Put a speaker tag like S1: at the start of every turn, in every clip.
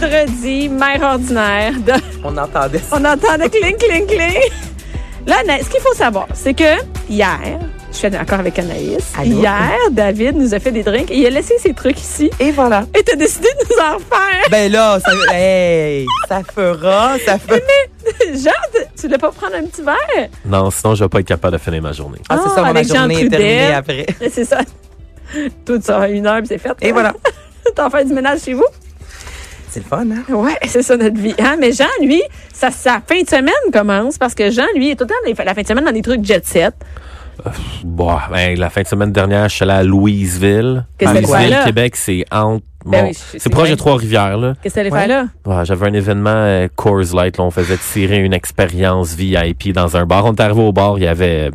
S1: vendredi, mère ordinaire. de-
S2: On entendait ça.
S1: on entendait cling, cling, cling. Là, Ana- ce qu'il faut savoir, c'est que hier, je suis d'accord avec Anaïs.
S2: Allô?
S1: Hier, David nous a fait des drinks et il a laissé ses trucs ici
S2: Et voilà.
S1: et t'as décidé de nous en refaire.
S2: Ben là, ça, hey, ça fera, ça fera.
S1: Jean, tu voulais pas prendre un petit verre?
S3: Non, sinon, je vais pas être capable de finir ma journée.
S2: Ah, c'est ça,
S1: Ah,
S2: ma
S1: avec Jean
S2: journée est
S1: Trudel.
S2: terminée après.
S1: Et c'est ça. Tout ça, une heure, puis c'est fait. hein?
S2: Et voilà.
S1: T'en fais du ménage chez vous?
S2: C'est le fun, hein?
S1: Ouais, c'est ça notre vie. Hein? Mais Jean, lui, sa, sa fin de semaine commence parce que Jean, lui, est tout le temps dans les- la fin de semaine dans des trucs jet set.
S3: Bon, ben, la fin de semaine dernière, je suis allé à Louisville.
S1: Que c'est quoi,
S3: Louisville,
S1: là?
S3: Québec, c'est entre.
S1: Ben
S3: bon,
S1: oui, c'est-
S3: c'est proche
S1: c'est
S3: de Trois-Rivières, là.
S1: Qu'est-ce que t'allais
S2: Ouais.
S1: faire là?
S3: Ouais, J'avais un événement euh, Coors Light. là. on faisait tirer une expérience VIP dans un bar. On est arrivé au bar, il y avait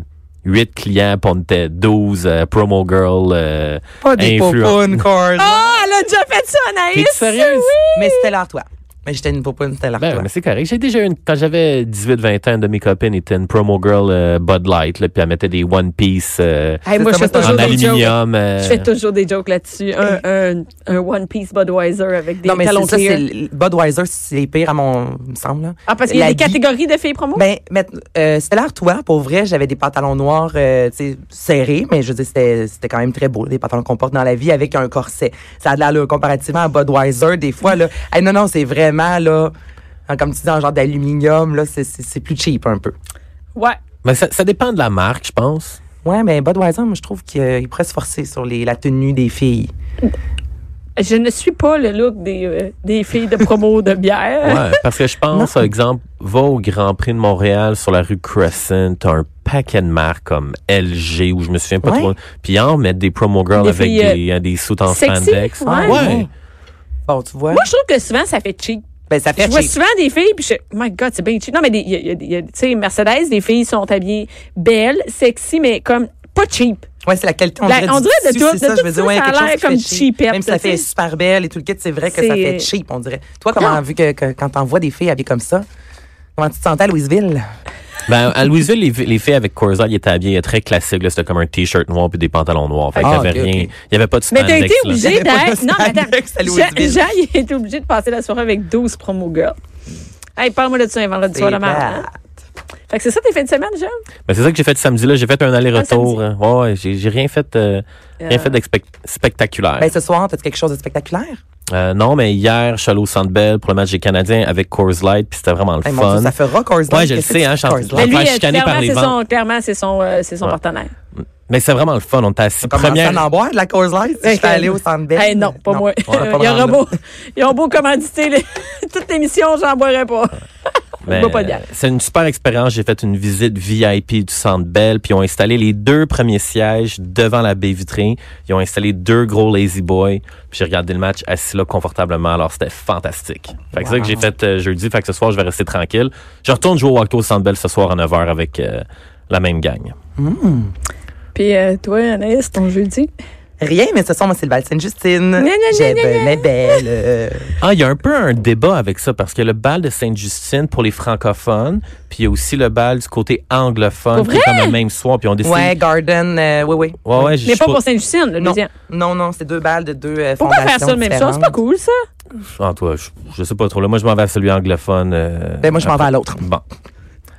S3: huit clients, puis on était 12 euh, promo girl. euh,
S2: Pas des
S3: Influent.
S2: popounes, Corse.
S1: Ah, elle a déjà fait ça, Anaïs!
S3: T'es sérieuse?
S2: Mais c'était l'art, toi. Mais j'étais une popoune, c'était l'art,
S3: Ben,
S2: toi.
S3: mais c'est correct. J'ai déjà eu une, quand j'avais 18-20 ans, une de mes copines était une promo girl euh, Bud Light, là, puis elle mettait des One Piece euh,
S1: Hey, moi, je fais
S2: C'est
S3: en
S1: toujours des jokes.
S3: aluminium. euh,
S1: Je fais toujours des jokes là-dessus. Un, un, un One Piece Budweiser avec des
S2: Non, mais
S1: talons
S2: c'est ça, c'est
S1: clear.
S2: le- Budweiser, c'est les pires à mon, il me semble, là.
S1: Ah, parce qu'il y a
S2: la
S1: des
S2: vie-
S1: catégories de filles promo?
S2: Ben, mais, euh, c'était l'art, toi. Pour vrai, j'avais des pantalons noirs, euh, tu sais, serrés, mais je veux dire, c'était, c'était quand même très beau, des pantalons qu'on porte dans la vie avec un corset. Ça a de l'allure, comparativement à Budweiser, des fois, là. Hey, non, non, c'est vraiment, là, hein, comme tu dis, en genre d'aluminium, là, c'est, c'est, c'est plus cheap, un peu.
S1: ouais.
S3: mais ça, ça dépend de la marque, je pense.
S2: Ouais, mais Budweiser, moi, je trouve qu'il euh, il pourrait se forcer sur les, la tenue des filles.
S1: Je ne suis pas le look des, euh, des filles de promo de bière.
S3: Ouais, parce que je pense, par exemple, va au Grand Prix de Montréal sur la rue Crescent, t'as un paquet de marques comme LG ou je me souviens pas
S2: Ouais.
S3: trop. Puis ils en mettent des promo girls
S1: Des
S3: avec
S1: filles,
S3: des, euh, des sous en
S1: sexy,
S3: spandex.
S1: ouais.
S3: Ah, ouais.
S2: Bon, tu vois.
S1: Moi, je trouve que souvent, ça fait cheap.
S2: ben, ça
S1: Je
S2: fait
S1: vois
S2: cheap.
S1: souvent des filles, puis je my God, c'est bien cheap. Non, mais des- il y a- il y a- il y a- tu sais, Mercedes, les filles sont habillées belles, sexy, mais comme pas cheap.
S2: Ouais, c'est la qualité. On
S1: La-
S2: dirait,
S1: on
S2: du
S1: dirait de
S2: tissu,
S1: tout-
S2: c'est
S1: de
S2: ça,
S1: tout
S2: je veux dire,
S1: ça,
S2: ouais,
S1: ça a
S2: quelque chose
S1: l'air
S2: qui fait
S1: comme
S2: cheap.
S1: cheapette,
S2: Même si ça
S1: tu sais.
S2: fait super belle et tout le kit, c'est vrai que ça
S1: C'est-
S2: fait cheap, on dirait. Toi, comment,
S1: Non.
S2: vu que, que- quand t'en vois des filles habillées comme ça, comment tu te sentais à Louisville?
S3: Ben, à Louisville, les, les filles avec Coors Light, ils étaient habillés très classiques. là. C'était comme un T-shirt noir puis des pantalons noirs. Fait que
S2: Ah,
S3: t'avais
S2: ok,
S3: rien.
S2: ok.
S3: Il y avait pas de
S1: Mais
S3: spandex.
S1: t'as été
S3: là.
S1: obligé
S2: J'avais pas
S1: d'être.
S2: de
S1: Non, mais attends.
S2: spandex à
S1: Jean,
S2: Louisville.
S1: Jean, il est obligé de passer la soirée avec 12 promo girls. Hey, parle-moi de ça un vendredi soir, la
S2: C'est
S1: marde. hein?
S2: plate.
S1: Fait que c'est ça tes fins de semaine, Jean?
S3: Ben, c'est ça que j'ai fait samedi là. J'ai fait un aller-retour.
S1: Un
S3: hein. Ouais, ouais, j'ai j'ai rien fait, euh, rien fait d'expect- spectaculaire.
S2: Ah. Ben, ce soir, t'as quelque chose de spectaculaire?
S3: Euh, non, mais hier, je suis allé au Centre Bell pour le match des Canadiens avec Coors Light puis c'était vraiment le
S2: Hey, Ben, mon
S3: fun.
S2: Dieu, ça fait rock, Coors Light.
S3: Ouais, je le
S2: Qu'est-ce
S3: sais,
S2: que
S3: hein,
S2: c'est,
S3: j'en-
S2: Coors
S3: j'en-
S1: Mais
S2: Light?
S1: lui, euh,
S3: faire chicaner
S1: clairement,
S3: par les
S1: c'est
S3: ventes.
S1: son, clairement, c'est son, euh, c'est son
S3: Ouais.
S1: partenaire.
S3: Mais c'est vraiment le fun. On était assis.
S2: On commence à
S3: Première,
S2: en boire de la Coors Light si
S1: Fait
S2: je suis
S1: que-
S2: allée au Centre Bell.
S1: Eh non, pas moi.
S2: Ben, on va pas
S1: Ils, auront
S2: prendre
S1: beau, ils ont beau commanditer les- toute l'émission, j'en boirais pas.
S3: mais,
S1: bois pas de bière.
S3: euh, c'est une super expérience. J'ai fait une visite VIP du Centre Bell, puis ils ont installé les deux premiers sièges devant la baie vitrée. Ils ont installé deux gros Lazy Boy. Puis j'ai regardé le match assis là confortablement. Alors c'était fantastique. Fait que c'est ça que j'ai fait euh, jeudi. Fait que ce soir, je vais rester tranquille. Je retourne jouer au hockey au Centre Bell ce soir à 9h avec euh, la même gang.
S1: Puis euh, toi, Anaïs, ton jeudi.
S2: Rien, mais ce soir, moi, c'est le bal Sainte-Justine.
S1: non,
S2: J'ai
S1: non,
S2: ben- mais belle. euh,
S3: Ah, il y a un peu un débat avec ça parce que le bal de Sainte-Justine pour les francophones, puis il y a aussi le bal du côté anglophone
S1: Pour
S3: qui est comme le même soir, puis on décide.
S2: Ouais, Garden, euh, oui, oui.
S3: ouais, ouais, je-
S1: Mais
S3: je
S1: pas
S3: suis
S1: pour Sainte-Justine, le
S2: Non,
S1: deuxième.
S2: non, non, c'est deux balles de deux euh,
S1: Pourquoi faire
S2: fondations
S1: ça le même soir? C'est
S2: différentes.
S1: pas cool, ça?
S3: Ah, toi, je, je sais pas trop. Là, moi, je m'en vais à celui anglophone. euh,
S2: Ben, moi, je m'en vais à l'autre.
S3: Bon.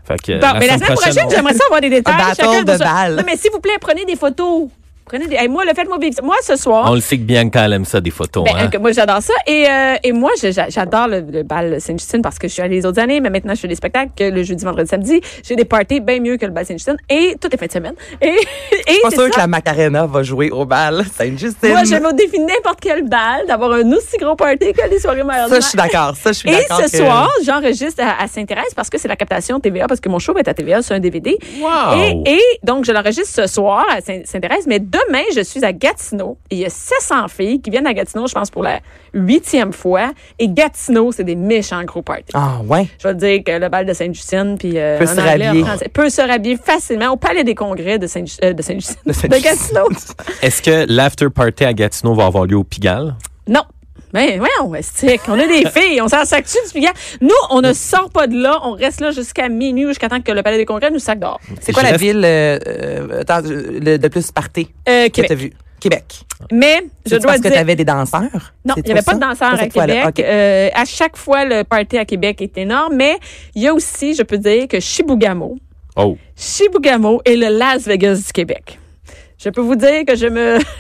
S3: Fait que,
S1: Bon, mais la semaine prochaine,
S3: on-
S1: j'aimerais ça avoir des détails.
S2: Un battle
S1: Chacun
S2: de
S1: son-
S2: balles.
S1: Non, mais s'il vous plaît, prenez des photos. Prenez des. Hey, moi, le faites-moi vivre. ça. Moi, ce soir.
S3: on, le sait que Bianca, elle aime ça, des photos.
S1: ben,
S3: hein.
S1: euh, que moi, j'adore ça. Et, euh, et moi, je- j'a- j'adore le, le bal Sainte-Justine parce que je suis allée les autres années, mais maintenant, je fais des spectacles que le jeudi, vendredi, samedi. J'ai des parties bien mieux que le bal Sainte-Justine et toutes les fins de semaine. Et, et
S2: Je suis
S1: c'est
S2: pas sûre
S1: ça.
S2: que la Macarena va jouer au bal Sainte-Justine.
S1: Moi, je me défie n'importe quel bal d'avoir un aussi gros party que les soirées meilleures
S2: Ça, je suis d'accord. Ça, je suis
S1: Et
S2: d'accord.
S1: ce
S2: que-
S1: soir, j'enregistre à, à Saint-Thérèse parce que c'est la captation TVA, parce que mon show va être à TVA sur un DVD.
S3: Wow!
S1: Et, et donc, je l'enregistre ce soir à Saint- Saint-Thérèse, mais demain, je suis à Gatineau. Et il y a 700 filles qui viennent à Gatineau, je pense, pour la huitième fois. Et Gatineau, c'est des méchants gros parties.
S2: Ah, ouais.
S1: Je vais te dire que le bal de Sainte-Justine, puis euh,
S2: Peut
S1: en
S2: se
S1: anglais, en
S2: rhabiller.
S1: français, peut se rhabiller facilement au palais des congrès de Sainte- euh, de Sainte-Justine,
S2: De
S1: de,
S2: Sainte-Justine.
S1: Gatineau.
S3: Est-ce que l'after party à Gatineau va avoir lieu au Pigalle?
S1: Non. Mais ouais, on On est des filles, on s'en sac du pigan. Nous, on ne sort pas de là, on reste là jusqu'à minuit, jusqu'à temps que le Palais des Congrès nous sac euh, dehors.
S2: C'est quoi
S3: Je
S2: la
S3: reste-
S2: ville euh, euh, attends, euh, le- de plus partée
S1: Euh,
S2: que t'as
S1: Québec.
S2: vue? Québec.
S1: Mais je
S2: C'est
S1: dois
S2: parce
S1: dire.
S2: que t'avais des danseurs.
S1: Non,
S2: C'est
S1: il n'y avait pas
S2: pour
S1: de
S2: ça?
S1: danseurs
S2: Pour
S1: à
S2: cette fois-là.
S1: Québec.
S2: OK.
S1: Euh, à chaque fois, le party à Québec est énorme, mais il y a aussi, je peux dire, que Shibugamo.
S3: Oh.
S1: Shibugamo est le Las Vegas du Québec. Je peux vous dire que je me...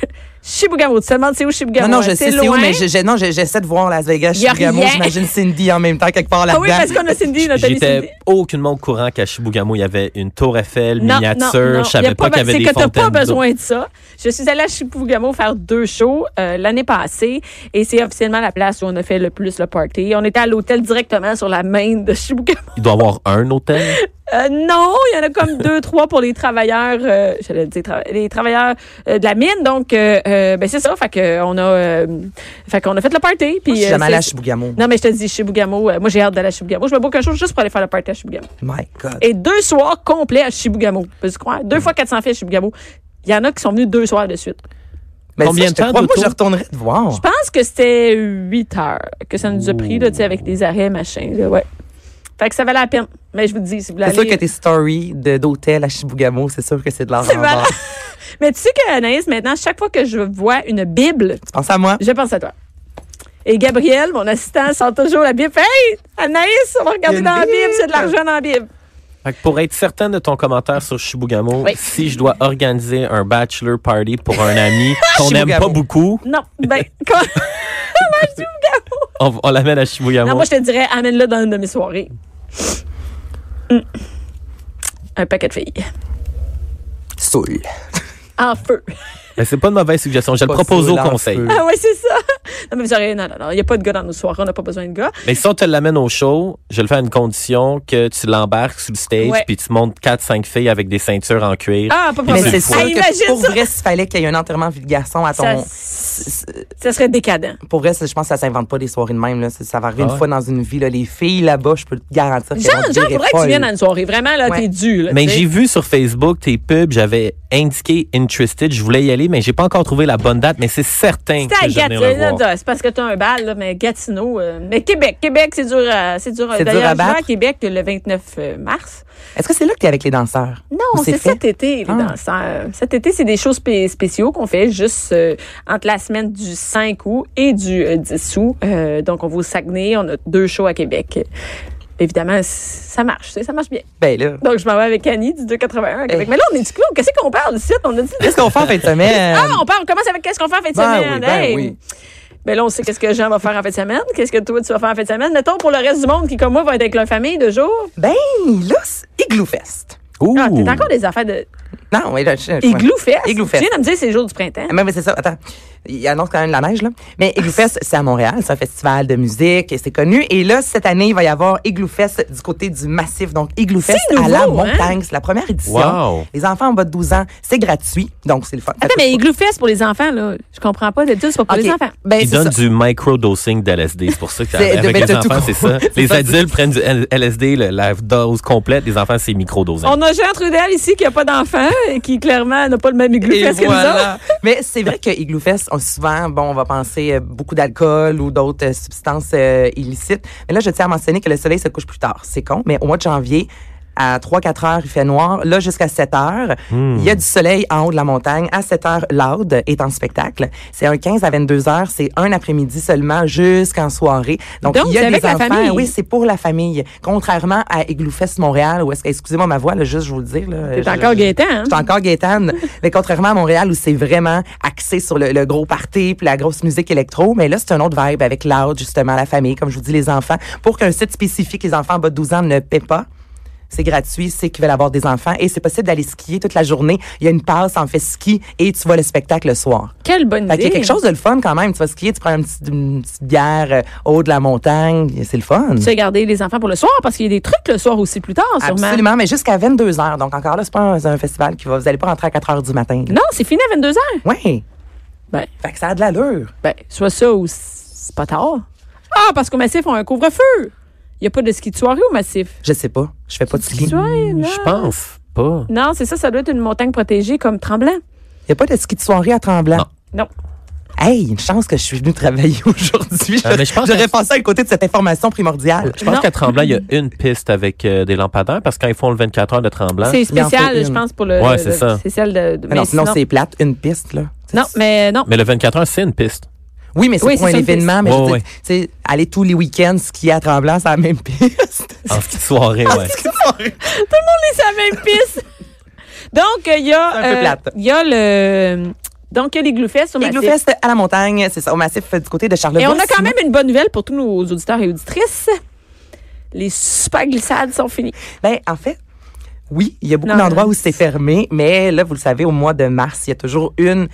S1: Shibugamo, tu te demandes c'est où Shibugamo?
S2: Non, non,
S1: hein?
S2: je sais c'est
S1: loin.
S2: où, mais je- je- non, je- j'essaie de voir Las Vegas.
S1: Y a
S2: Chicago.
S1: rien.
S2: J'imagine Cindy en même temps quelque part
S1: Ah
S2: là-dedans.
S1: oui, parce qu'on a Cindy, notre amie Cindy.
S3: J'étais aucunement au courant qu'à Chibougamau, il y avait une tour Eiffel
S1: Non,
S3: miniature.
S1: non, non.
S3: Je
S1: Y a
S3: savais pas, qu'il y avait
S1: C'est
S3: des
S1: que t'as
S3: fontaines
S1: pas
S3: d'eau.
S1: besoin de ça. Je suis allée à Chibougamau faire deux shows euh, l'année passée et c'est officiellement la place où on a fait le plus le party. On était à l'hôtel directement sur la main de Chibougamau.
S3: Il doit y avoir un hôtel.
S1: Euh, non, il y en a comme deux, trois pour les travailleurs, euh, j'allais dire trava- les travailleurs euh, de la mine. Donc, euh, euh, ben c'est ça. Fait que on a, euh, fait qu'on a fait le party. Puis
S2: Je suis
S1: euh,
S2: jamais allée à
S1: c'est-
S2: Chibougamau.
S1: Non, mais je te dis, Chibougamau, euh, moi j'ai hâte d'aller à Chibougamau. Je me boucle un jour juste pour aller faire le party à Chibougamau.
S2: My God.
S1: Et deux soirs complets à Chibougamau. Peux-tu croire? Deux fois 400 filles à Chibougamau. Il y en a qui sont venus deux soirs de suite.
S2: Mais
S3: Combien
S2: ça,
S3: de
S2: je te
S3: temps
S2: crois,
S3: d'auto?
S2: Moi, je retournerais te voir.
S1: Je pense que c'était huit heures que ça nous a pris, là, tu sais, avec des arrêts, machin, là, ouais. Fait que ça valait la peine. Mais je vous dis, si vous voulez
S2: C'est sûr
S1: aller-
S2: que tes stories de- d'hôtel à Chibougamau, c'est sûr que c'est de l'argent.
S1: C'est malade. Mais tu sais que, Anaïs, maintenant, chaque fois que je vois une Bible,
S2: Tu penses à moi?
S1: je pense à toi. Et Gabriel, mon assistant, sort toujours la Bible. Hey, Anaïs, on va regarder
S2: Il y
S1: dans
S2: a une
S1: la Bible,
S2: Bible.
S1: c'est de l'argent dans la Bible.
S3: Fait que pour être certaine de ton commentaire sur Chibougamau,
S1: Oui.
S3: si je dois organiser un bachelor party pour un ami qu'on n'aime pas
S2: Chibougamau.
S3: beaucoup,
S1: Non, ben, quand-
S3: on, on l'amène à Chibougamau.
S1: non, moi, je te dirais, amène-le dans une de mes soirées. Mm. Un paquet de filles.
S2: Soul.
S3: Ah,
S1: En feu.
S3: Mais c'est pas une mauvaise suggestion. Je le
S2: Pas
S3: propose au
S2: saoul en
S3: conseil.
S2: feu.
S1: Ah ouais, c'est ça. Non, mais vous auriez, non, non, non, il n'y a pas de gars dans nos soirées, on n'a pas besoin de gars.
S3: Mais si on te l'amène au show, je le fais à une condition que tu l'embarques sur le stage
S1: Ouais.
S3: puis tu montes 4-5 filles avec des ceintures en cuir.
S1: Ah, pas
S2: Mais
S1: besoin.
S2: c'est
S3: c'est
S2: sûr
S3: le
S1: Ah,
S3: fun.
S2: que
S1: imagine
S2: pour
S1: ça.
S2: vrai, s'il fallait qu'il y ait un enterrement vie de garçon à
S1: Ça,
S2: ton...
S1: ça serait décadent.
S2: Pour vrai, c'est- je pense que ça s'invente pas des soirées de même. Là. C'est- Ça va arriver
S3: Ah
S2: une
S3: ouais.
S2: fois dans une vie. Là. Les filles là-bas, je peux te garantir qu'elles
S1: Jean,
S2: vont
S1: Jean,
S2: virer
S1: faudrait que tu
S2: folles.
S1: viennes à une soirée. Vraiment, là,
S2: Ouais.
S1: t'es dû. là,
S3: Mais
S1: tu sais.
S3: j'ai vu sur Facebook tes pubs, j'avais indiqué interested, je voulais y aller, mais j'ai pas encore trouvé la bonne date, mais c'est certain
S1: C'était
S3: que
S1: à
S3: je vais venir le
S1: Gatineau.
S3: voir.
S1: là, C'est parce que t'as un bal, là, mais Gatineau. euh, mais Québec, Québec, c'est dur à. C'est dur, à-
S2: C'est dur
S1: D'ailleurs,
S2: à
S1: je vais à
S2: battre.
S1: Québec le 29 euh, mars.
S2: Est-ce que c'est là que tu es avec les danseurs? Ou
S1: Non, c'est
S2: fait?
S1: cet été, les
S2: Ah.
S1: danseurs. Cet été, c'est des choses spé- spéciaux qu'on fait juste euh, entre la semaine du 5 août et du euh, 10 août. Euh, donc, on va au Saguenay. On a deux shows à Québec. Évidemment, c- ça marche, tu sais, ça marche bien.
S2: Ben là.
S1: Donc, je m'en vais avec Annie du 281 à Québec.
S2: Hey.
S1: Mais là, on est du coup, qu'est-ce qu'on parle ici? On a dit
S2: Qu'est-ce qu'on fait en fin de semaine?
S1: Ah, on, parle, on commence avec qu'est-ce qu'on fait en fin de
S2: Euh, Ben
S1: semaine.
S2: oui, ben
S1: Hey!
S2: oui.
S1: Ben là, on sait qu'est-ce que Jean va faire en fin de semaine. Qu'est-ce que toi, tu vas faire en fin de semaine. Mettons pour le reste du monde qui, comme moi, va être avec leur famille deux jours.
S2: Ben là, c'est Igloo Fest.
S3: Ouh.
S1: Ah, t'es encore des affaires de
S2: Non, oui, là, je, je-
S1: Igloo Fest.
S2: Igloo Fest.
S1: Tu viens de me dire c'est le jour du printemps.
S2: Ah, Mais, mais c'est ça, attends. Il annonce quand même de la neige, là. Mais Igloo Fest, c'est à Montréal. C'est un festival de musique et c'est connu. Et là, cette année, il va y avoir Igloo Fest du côté du massif. Donc, Igloo Fest
S1: nouveau,
S2: à la
S1: hein?
S2: montagne. C'est la première édition.
S3: Wow.
S2: Les enfants en bas de 12 ans, c'est gratuit. Donc, c'est le fun.
S1: Attends, mais Igloo Fest pour les enfants, là, je comprends pas. D'habitude, c'est pas pour
S2: OK.
S1: les enfants.
S2: Ben,
S3: Ils
S2: c'est
S3: donnent
S2: ça.
S3: du microdosing d'LSD. C'est pour ça que
S2: C'est- de-
S3: avec
S2: ben,
S3: les
S2: t'as tout
S3: enfants, c'est ça.
S2: compris.
S3: Les
S2: C'est pas
S3: adultes prennent du L- LSD, le- la dose complète. Les enfants, c'est
S2: Ben.
S3: microdosing.
S1: On a Jean Trudel ici qui a pas d'enfants et qui, clairement, n'a pas le même Igloo
S2: Et
S1: Fest que nous autres.
S2: voilà. Mais c'est vrai que Igloo Fest, on, souvent, bon, on va penser euh, beaucoup d'alcool ou d'autres euh, substances euh, illicites. Mais là, je tiens à mentionner que le soleil se couche plus tard. C'est con, mais au mois de janvier, à 3-4 heures, il fait noir. Là, jusqu'à 7 heures, il y a du soleil en haut de la montagne. À 7 heures, Loud est en spectacle. C'est un 15 à 22 heures. C'est un après-midi seulement jusqu'en soirée. Donc,
S1: Donc,
S2: il y a
S1: c'est
S2: des
S1: avec la
S2: enfants.
S1: famille.
S2: Oui, c'est pour la famille. Contrairement à Igloo Fest Montréal, où est-ce que, excusez-moi ma voix, là, juste, je vous le dire. là,
S1: T'es
S2: je-
S1: encore
S2: je-
S1: Gaétan, hein?
S2: je suis encore Gaétane. mais contrairement à Montréal où c'est vraiment axé sur le, le gros party puis la grosse musique électro, mais là, c'est un autre vibe avec l'art, justement, la famille, comme je vous dis, les enfants. Pour qu'un site spécifique, les enfants en bas de 12 ans ne paient pas. C'est gratuit, c'est qu'ils veulent avoir des enfants et c'est possible d'aller skier toute la journée. Il y a une passe, en fait ski et tu vois le spectacle le soir.
S1: Quelle bonne
S2: Fait qu'il
S1: idée.
S2: y a quelque chose de le fun quand même. Tu vas skier, tu prends une petite, une petite bière euh, au haut de la montagne, c'est le fun.
S1: Tu as gardé les enfants pour le soir parce qu'il y a des trucs le soir aussi plus tard, sûrement.
S2: Absolument, mais jusqu'à 22 h Donc encore là, c'est pas un, un festival qui va, vous allez pas rentrer à 4 heures du matin.
S1: Non, c'est fini à 22 h
S2: Oui.
S1: Ben,
S2: Fait que ça a de l'allure.
S1: Ben, soit ça ou c'est pas tard. Ah, parce qu'au Massif, on a un couvre-feu. Il n'y a pas de ski de soirée au Massif.
S2: Je sais pas. Je fais pas de ski. Il
S1: Soirée, non.
S3: Je pense pas.
S1: Non, c'est ça, ça doit être une montagne protégée comme Tremblant.
S2: y a pas de ski de soirée à Tremblant.
S3: Non.
S1: Non.
S2: Hey, une chance que je suis venue travailler aujourd'hui.
S3: Ah, mais je pense
S2: J'aurais
S3: que-
S2: passé à côté de cette information primordiale.
S3: Je pense
S1: Non.
S3: qu'à Tremblant, il y a une piste avec euh, des lampadaires parce que quand ils font le 24 heures de Tremblant,
S1: C'est
S2: Il en faut
S1: spécial,
S2: une.
S1: je pense, pour le.
S3: Ouais,
S1: le-
S3: c'est
S1: le-
S3: ça.
S1: C'est celle de. de-
S2: Mais non,
S1: mais
S2: sinon,
S1: sinon-
S2: c'est plate. Une piste, là.
S1: Non, mais non.
S3: Mais le 24 heures, c'est une piste.
S2: Oui, mais c'est
S1: Oui,
S2: pour un
S1: c'est ça, une
S2: événement. Mais je
S3: Ouais,
S2: veux
S3: ouais.
S2: dire, tu sais, aller tous les week-ends skier à Tremblant, c'est la même piste.
S3: En ski de soirée, ouais.
S2: Ah,
S1: C'est la même piste. Donc, il y
S2: C'est un peu
S1: a. euh,
S2: plate.
S1: Il y a le. Donc, il y a les Gloufestes au
S2: Les
S1: Massif.
S2: Gloufest à la montagne, c'est ça, au massif euh, du côté de Charlevoix.
S1: Et on a quand
S2: Sinon-
S1: même une bonne nouvelle pour tous nos auditeurs et auditrices. Les super glissades sont finies.
S2: Ben, en fait, oui, il y a beaucoup
S1: Non,
S2: d'endroits
S1: non.
S2: où c'est fermé, mais là, vous le savez, au mois de mars, il y a toujours une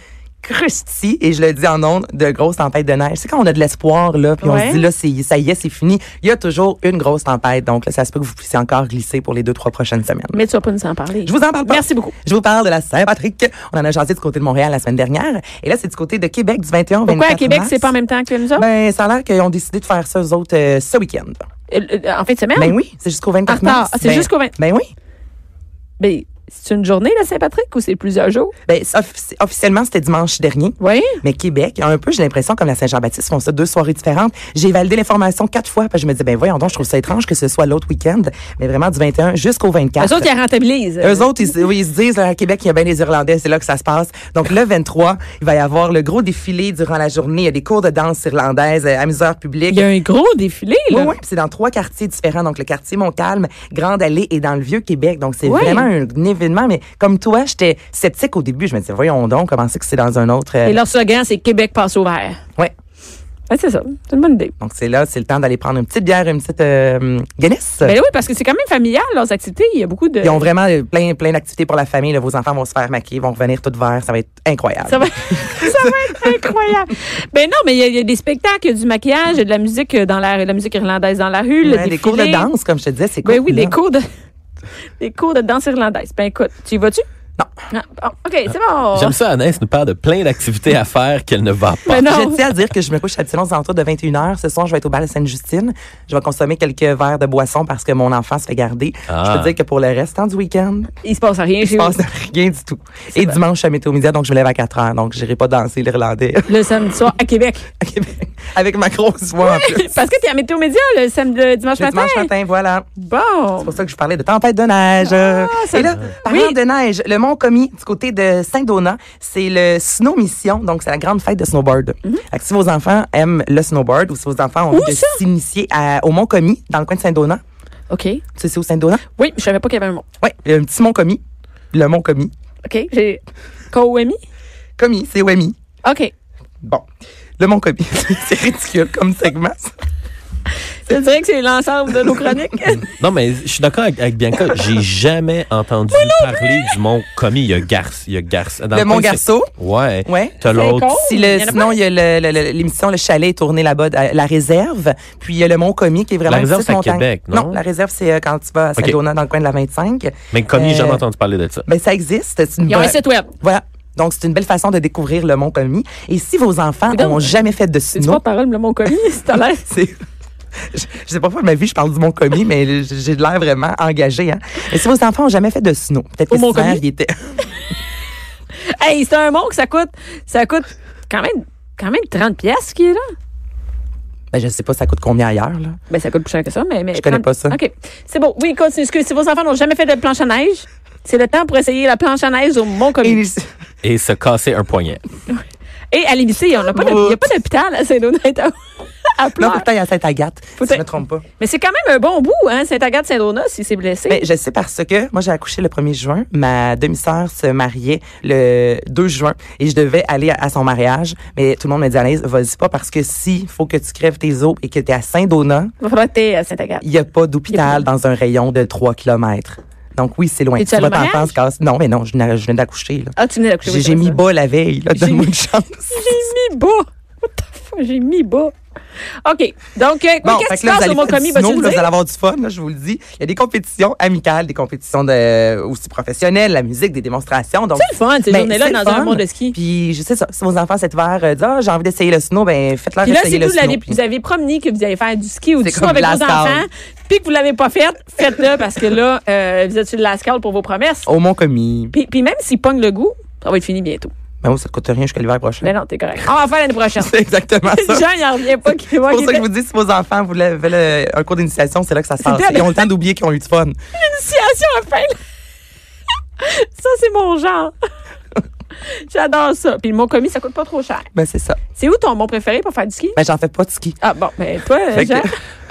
S2: crustie, et je le dis en ondes, de grosses tempêtes de neige. C'est quand on a de l'espoir, là, puis on
S1: Ouais.
S2: se dit, là, c'est, ça y est, c'est fini. Il y a toujours une grosse tempête, donc là, ça se peut que vous puissiez encore glisser pour les deux, trois prochaines semaines.
S1: Mais tu vas pas nous en parler.
S2: Je vous en parle pas.
S1: Merci beaucoup.
S2: Je vous parle de la Saint-Patrick. On en a chanté du côté de Montréal la semaine dernière. Et là, c'est du côté de Québec du 21 au 24
S1: Pourquoi à Québec,
S2: Ben, mars.
S1: c'est pas en même temps que nous autres?
S2: Ben, ça a l'air qu'ils ont décidé de faire ça, eux autres, euh, ce week-end.
S1: Euh, euh, en fin de semaine?
S2: Ben oui, c'est jusqu'au 24
S1: En retard.
S2: mars.
S1: Ah, c'est
S2: Ben-
S1: jusqu'au 20.
S2: Ben oui.
S1: Ben, c'est une journée, la Saint-Patrick, ou c'est plusieurs jours?
S2: Ben, c'est offici- officiellement, c'était dimanche dernier.
S1: Oui.
S2: Mais Québec, un peu, j'ai l'impression, comme la Saint-Jean-Baptiste, font ça deux soirées différentes. J'ai validé l'information quatre fois, parce que je me dis, ben voyons donc, je trouve ça étrange que ce soit l'autre week-end, mais vraiment du 21 jusqu'au 24.
S1: Eux autres, ils la rentabilisent.
S2: Eux autres, ils, oui, ils se disent, là, à Québec, il y a bien des Irlandais, c'est là que ça se passe. Donc, le 23, il va y avoir le gros défilé durant la journée. Il y a des cours de danse irlandaise, euh, amuseurs publics.
S1: Il y a un gros défilé, là.
S2: Oui, oui, puis c'est dans trois quartiers différents. Donc, le quartier Montcalm, Grande Allée et dans le Vieux-Québec. Donc, c'est
S1: Ouais.
S2: vraiment un, événement. Mais comme toi, j'étais sceptique au début. Je me disais, voyons donc, comment c'est que c'est dans un autre. euh,
S1: Et leur slogan, c'est Québec passe au vert.
S2: Ouais.
S1: Ben, c'est ça. C'est une bonne idée.
S2: Donc, c'est là, c'est le temps d'aller prendre une petite bière, une petite euh, Guinness.
S1: Ben oui, parce que c'est quand même familial, leurs activités. Il y a beaucoup de.
S2: Ils ont vraiment euh, plein, plein d'activités pour la famille. là. Vos enfants vont se faire maquiller, vont revenir tout verts. Ça va être incroyable.
S1: Ça va, ça va être incroyable. Ben non, mais il y a- il y, a des spectacles, il y a du maquillage, il y a de la musique euh, dans la, de la musique irlandaise dans la rue, le
S2: Ouais, des cours de
S1: défilé.
S2: danse, comme je te disais, c'est
S1: Ben
S2: cool, hein.
S1: oui,
S2: là.
S1: des cours de des cours de danse irlandaise. Ben écoute, tu y vas-tu?
S2: Non.
S1: Ah, ah, ok, c'est bon.
S3: J'aime ça, Anaïs nous parle de plein d'activités à faire qu'elle ne va pas.
S1: Ben non.
S2: Je tiens à dire que je me couche à Tilon aux alentours de 21h. Ce soir, je vais être au bal Sainte-Justine. Je vais consommer quelques verres de boisson parce que mon enfant se fait garder.
S3: Ah.
S2: Je peux dire que pour le restant du week-end,
S1: Il se passe rien
S2: il se
S1: chez
S2: passe
S1: vous.
S2: rien du tout. Et dimanche, je suis à Météo Média, donc je me lève à 4h. Donc, j'irai pas danser l'Irlandais
S1: Le samedi soir à Québec.
S2: à Québec avec ma grosse voix en plus.
S1: Parce que t'es à Météo Média le samedi le dimanche
S2: Le
S1: matin.
S2: dimanche matin, voilà.
S1: Bon.
S2: C'est pour ça que je parlais de tempête de neige.
S1: Ah, ça-
S2: Et là, parlant
S1: Oui.
S2: de neige, le Mont Commis du côté de Saint-Donat, c'est le Snow Mission, donc c'est la grande fête de snowboard. Fait que si vos enfants aiment le snowboard ou si vos enfants ont envie de
S1: Mhm. ça?
S2: s'initier à- au Mont Commis dans le coin de Saint-Donat,
S1: OK.
S2: tu sais c'est où Saint-Donat?
S1: Oui, je savais pas qu'il y avait un mot.
S2: Oui, il y a un petit Mont Commis, le Mont Commis.
S1: OK. J'ai. Koemi?
S2: Commis, c'est Wemi.
S1: OK.
S2: Bon, le Mont Commis, c'est ridicule comme segment. ça.
S1: Je dirais que c'est l'ensemble de nos chroniques.
S3: Non, mais je suis d'accord avec, avec Bianca. J'ai jamais entendu parler du mont commis. Il y a Garce. Il y a Garce. Dans
S2: Le Mont
S3: coin,
S2: Garceau.
S3: c'est- Ouais.
S2: Ouais.
S3: T'as l'autre.
S1: con.
S2: Si le-
S1: Il y en a
S2: sinon, il y a le- le- le- l'émission Le Chalet est tournée là-bas, à la réserve. Puis il y a le Mont Commis qui est vraiment
S3: La
S2: une
S3: réserve,
S2: petite
S3: c'est à
S2: montagne.
S3: Québec, non?
S2: la réserve, c'est euh, quand tu vas à Saint-Donat, dans le coin de la 25.
S3: Mais commis, j'ai
S2: Euh,
S3: jamais entendu parler de ça.
S2: Ben, ça existe. C'est une
S1: Ils ont un
S2: bonne-
S1: site web.
S2: Voilà. Donc, c'est une belle façon de découvrir le Mont Commis. Et si vos enfants
S1: Coudonc.
S2: n'ont jamais fait de
S1: C'est pas
S2: snow,
S1: parole, le mot commis, c'est à l'air.
S2: c'est... Je, je sais pas pourquoi de ma vie, je parle du Mont Commis, mais j'ai de l'air vraiment engagée. Hein. Et si vos enfants n'ont jamais fait de snow, peut-être
S1: Au
S2: que
S1: Mont
S2: cet hiver,
S1: Commis?
S2: ils étaient...
S1: Hey, c'est un mot que ça coûte. Ça coûte quand même, quand même 30 pièces qui est là.
S2: Ben, je sais pas, ça coûte combien ailleurs, là.
S1: Ben, ça coûte plus cher que ça, mais. mais
S2: Je connais pas ça.
S1: OK. C'est bon. Oui, continue. Excuse, si vos enfants n'ont jamais fait de planche à neige, c'est le temps pour essayer la planche à neige au Mont
S2: Et-
S1: Commis.
S3: Et se casser un poignet.
S1: Et, à l'IBC, on n'a pas d'hôp- il n'y a pas d'hôpital à Saint-Donat. à
S2: Non,
S1: Pleurs.
S2: pourtant, il y a Sainte-Agathe, si je
S1: Peut-être.
S2: me trompe pas.
S1: Mais c'est quand même un bon bout, hein, Saint-Agathe-Saint-Donat, s'il s'est blessé.
S2: Ben, je sais parce que moi, j'ai accouché le 1er juin. Ma demi-sœur se mariait le 2 juin et je devais aller à, à son mariage. Mais tout le monde me dit, Anaïs, vas-y pas parce que si faut que tu crèves tes os et que tu es à Saint-Donat,
S1: Il va falloir que t'aies à Saint-Agathe.
S2: il n'y a pas d'hôpital
S1: Il
S2: dans un rayon de 3 km. Donc oui, c'est loin.
S1: Es-tu allée au mariage?
S2: t'en casse. Non, mais non, je, venais- je viens d'accoucher. là.
S1: Ah, tu venais d'accoucher.
S2: J'ai
S1: oui,
S2: j'ai
S1: c'est
S2: mis
S1: ça.
S2: bas la veille. là.
S1: J'ai
S2: Donne-moi
S1: mis-
S2: une chance.
S1: J'ai mis bas. What the fuck, j'ai mis bas. OK. Donc, euh,
S2: Bon, fait
S1: qu'est-ce qui
S2: que
S1: se
S2: là, vous
S1: passe
S2: allez
S1: au Mont
S2: faire du
S1: Commis? Vas-tu
S2: snow,
S1: le
S2: là, vous
S1: dire?
S2: allez avoir du fun, là, je vous le dis. Il y a des compétitions amicales, des compétitions de, aussi professionnelles, la musique, des démonstrations. Donc,
S1: C'est le fun, ces
S2: Ben,
S1: journées-là,
S2: c'est
S1: dans
S2: le
S1: un
S2: fun.
S1: monde de ski.
S2: Puis, je sais ça, si vos enfants cet hiver euh, disent, ah, j'ai envie d'essayer le snow, ben, faites-leur
S1: Puis là,
S2: essayer
S1: si
S2: le
S1: vous,
S2: snow.
S1: l'avez- vous avez promis que vous allez faire du ski ou du
S2: C'est
S1: snow
S2: comme
S1: avec vos
S2: Lascaux.
S1: enfants, puis que vous l'avez pas fait, faites-le parce que là, euh, vous êtes sur le lascal pour vos promesses.
S2: Au Mont Commis.
S1: Puis, puis même s'il pogne le goût, ça va être fini bientôt.
S2: Ben, oui, ça ne coûte rien jusqu'à l'hiver prochain.
S1: Mais non, t'es correct. On va faire l'année prochaine.
S2: C'est exactement ça.
S1: Jean, il n'en revient pas qu'il va
S2: C'est pour
S1: qu'il
S2: ça que je
S1: fait
S2: vous dis, si vos enfants voulaient veulent, euh, un cours d'initiation, c'est là que ça se passe.
S1: tellement-
S2: Ils ont le temps d'oublier qu'ils ont eu du fun.
S1: une initiation à faire. Ça, c'est mon genre. J'adore ça. Puis mon commis, ça coûte pas trop cher.
S2: Ben, c'est ça.
S1: C'est où ton mot préféré pour faire du ski?
S2: Mais j'en fais pas de ski.
S1: Ah bon, ben toi,
S3: Fait que,
S1: Jean,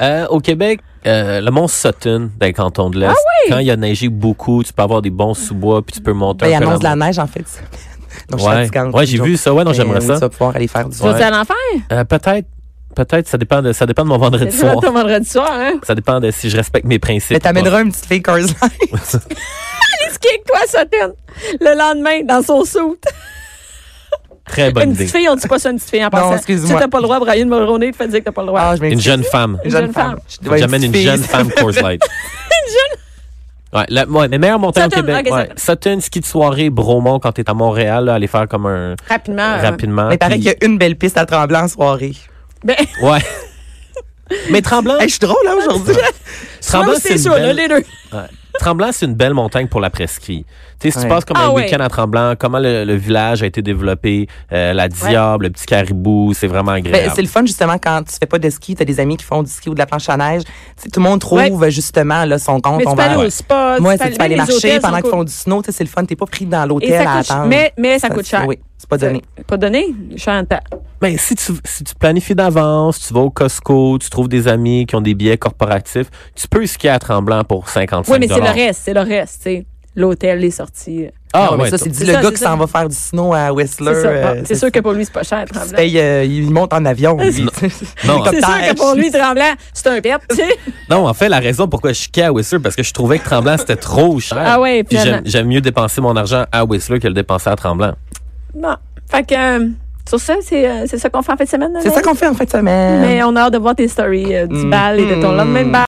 S3: euh, au Québec, euh, le mont Sutton, dans le canton
S2: Ah
S3: de l'Est, quand il a neigé beaucoup, tu peux avoir des bons sous-bois, puis tu peux monter
S2: Ben, il
S3: un peu.
S2: annonce de
S3: la
S2: la neige, en fait. Donc, je suis
S3: Ouais,
S2: fatigante.
S3: ouais j'ai vu ça. Ouais, non,
S2: Mais
S3: j'aimerais
S2: Eh oui,
S3: ça.
S2: Tu vas pouvoir aller faire du
S1: tu vas-tu aller en faire?
S3: Euh, peut-être, peut-être, ça dépend de, ça dépend de mon vendredi
S1: C'est ça,
S3: soir.
S1: ton vendredi soir, hein?
S3: Ça dépend de si je respecte mes principes.
S2: Mais
S3: ou pas.
S2: Ben, t'amèneras une petite fille Curse Line.
S1: Aller skier avec toi, Sutton, le lendemain, dans son soute.
S3: Très bonne
S1: Une
S3: idée.
S1: petite fille, on dit pas ça, une petite fille en passant.
S2: excuse-moi.
S1: Tu t'as pas le droit, Brian Mulroney, de faire dire que t'as pas le droit.
S2: Ah, je
S3: Une
S2: m'excuse.
S3: jeune femme.
S1: Une jeune femme.
S2: Je dois
S3: J'amène une
S2: petite
S3: jeune
S2: fille.
S3: femme Coors Light. Ouais, la, ouais, mais meilleure montagne
S1: Sutton,
S3: au Québec.
S1: ok,
S3: ouais. Sutton, ski de soirée, Bromont, quand t'es à Montréal, là, aller faire comme un...
S1: Rapidement. euh,
S3: rapidement.
S2: Ah, Mais il paraît
S3: puis-
S2: qu'il y a une belle piste à Tremblant en soirée.
S1: Ben,
S3: Ouais. mais Tremblant,
S2: Hey, je suis drôle, là, aujourd'hui.
S3: Tremblant,
S1: c'est
S3: c'est une
S1: ça, là,
S3: belle...
S1: les deux.
S3: Ouais. Tremblant, c'est une belle montagne pour la presqu'île. Tu sais, si tu
S2: Ouais.
S3: passes comme
S1: Ah
S3: un
S1: ouais.
S3: week-end à Tremblant, comment le, le village a été développé, euh, la Diable, le petit caribou, c'est vraiment
S2: Ben,
S3: agréable.
S2: c'est le fun justement quand tu fais pas de ski, t'as des amis qui font du ski ou de la planche à neige. Tu sais, tout le monde trouve
S1: Ouais.
S2: justement là, son compte.
S1: Mais tu
S2: on
S1: peux
S2: va-
S1: aller au spa,
S2: Moi, c'est tu peux
S1: même
S2: aller
S1: les
S2: marcher
S1: hôtels
S2: pendant
S1: sont
S2: qu'ils
S1: cool.
S2: font du snow, tu sais, c'est le fun. T'es pas pris dans
S1: Et
S2: l'hôtel
S1: ça
S2: à
S1: coûte cher.
S2: attendre.
S1: Mais, mais ça coûte cher.
S2: Oui, c'est pas donné.
S1: C'est Pas donné? Cher en temps.
S3: Ben, si tu, si tu planifies d'avance, tu vas au Costco, tu trouves des amis qui ont des billets corporatifs, tu peux skier à Tremblant pour 55
S1: Oui, mais c'est le reste, c'est le reste, tu sais. L'hôtel, les sorties.
S3: Ah,
S2: Non, mais
S3: ouais,
S2: ça, c'est
S1: c'est
S2: dit le
S1: ça,
S2: gars
S1: c'est
S2: qui
S1: ça.
S2: s'en va faire du snow à Whistler.
S1: C'est ça.
S2: euh,
S1: Bon, c'est sûr que pour lui, c'est pas cher,
S2: Il, se
S1: Tremblant.
S2: paye, euh, il monte en avion. lui.
S3: Non.
S2: Hélicoptère.
S3: Non.
S1: C'est sûr que pour lui, Tremblant, c'est un perte, tu sais.
S3: Non, en fait, la raison pourquoi je skiais à Whistler, parce que je trouvais que Tremblant, c'était trop cher.
S1: Ah ouais,
S3: Puis
S1: finalement.
S3: j'aime- j'aime mieux dépenser mon argent à Whistler que le dépenser à Tremblant.
S1: Bon. Fait que, euh, sur ça, c'est euh, c'est ça qu'on fait en fin de semaine.
S2: C'est ça qu'on fait en fin de semaine.
S1: Mais on a hâte de voir tes stories euh, du
S2: Mm.
S1: bal et de ton lendemain de bal.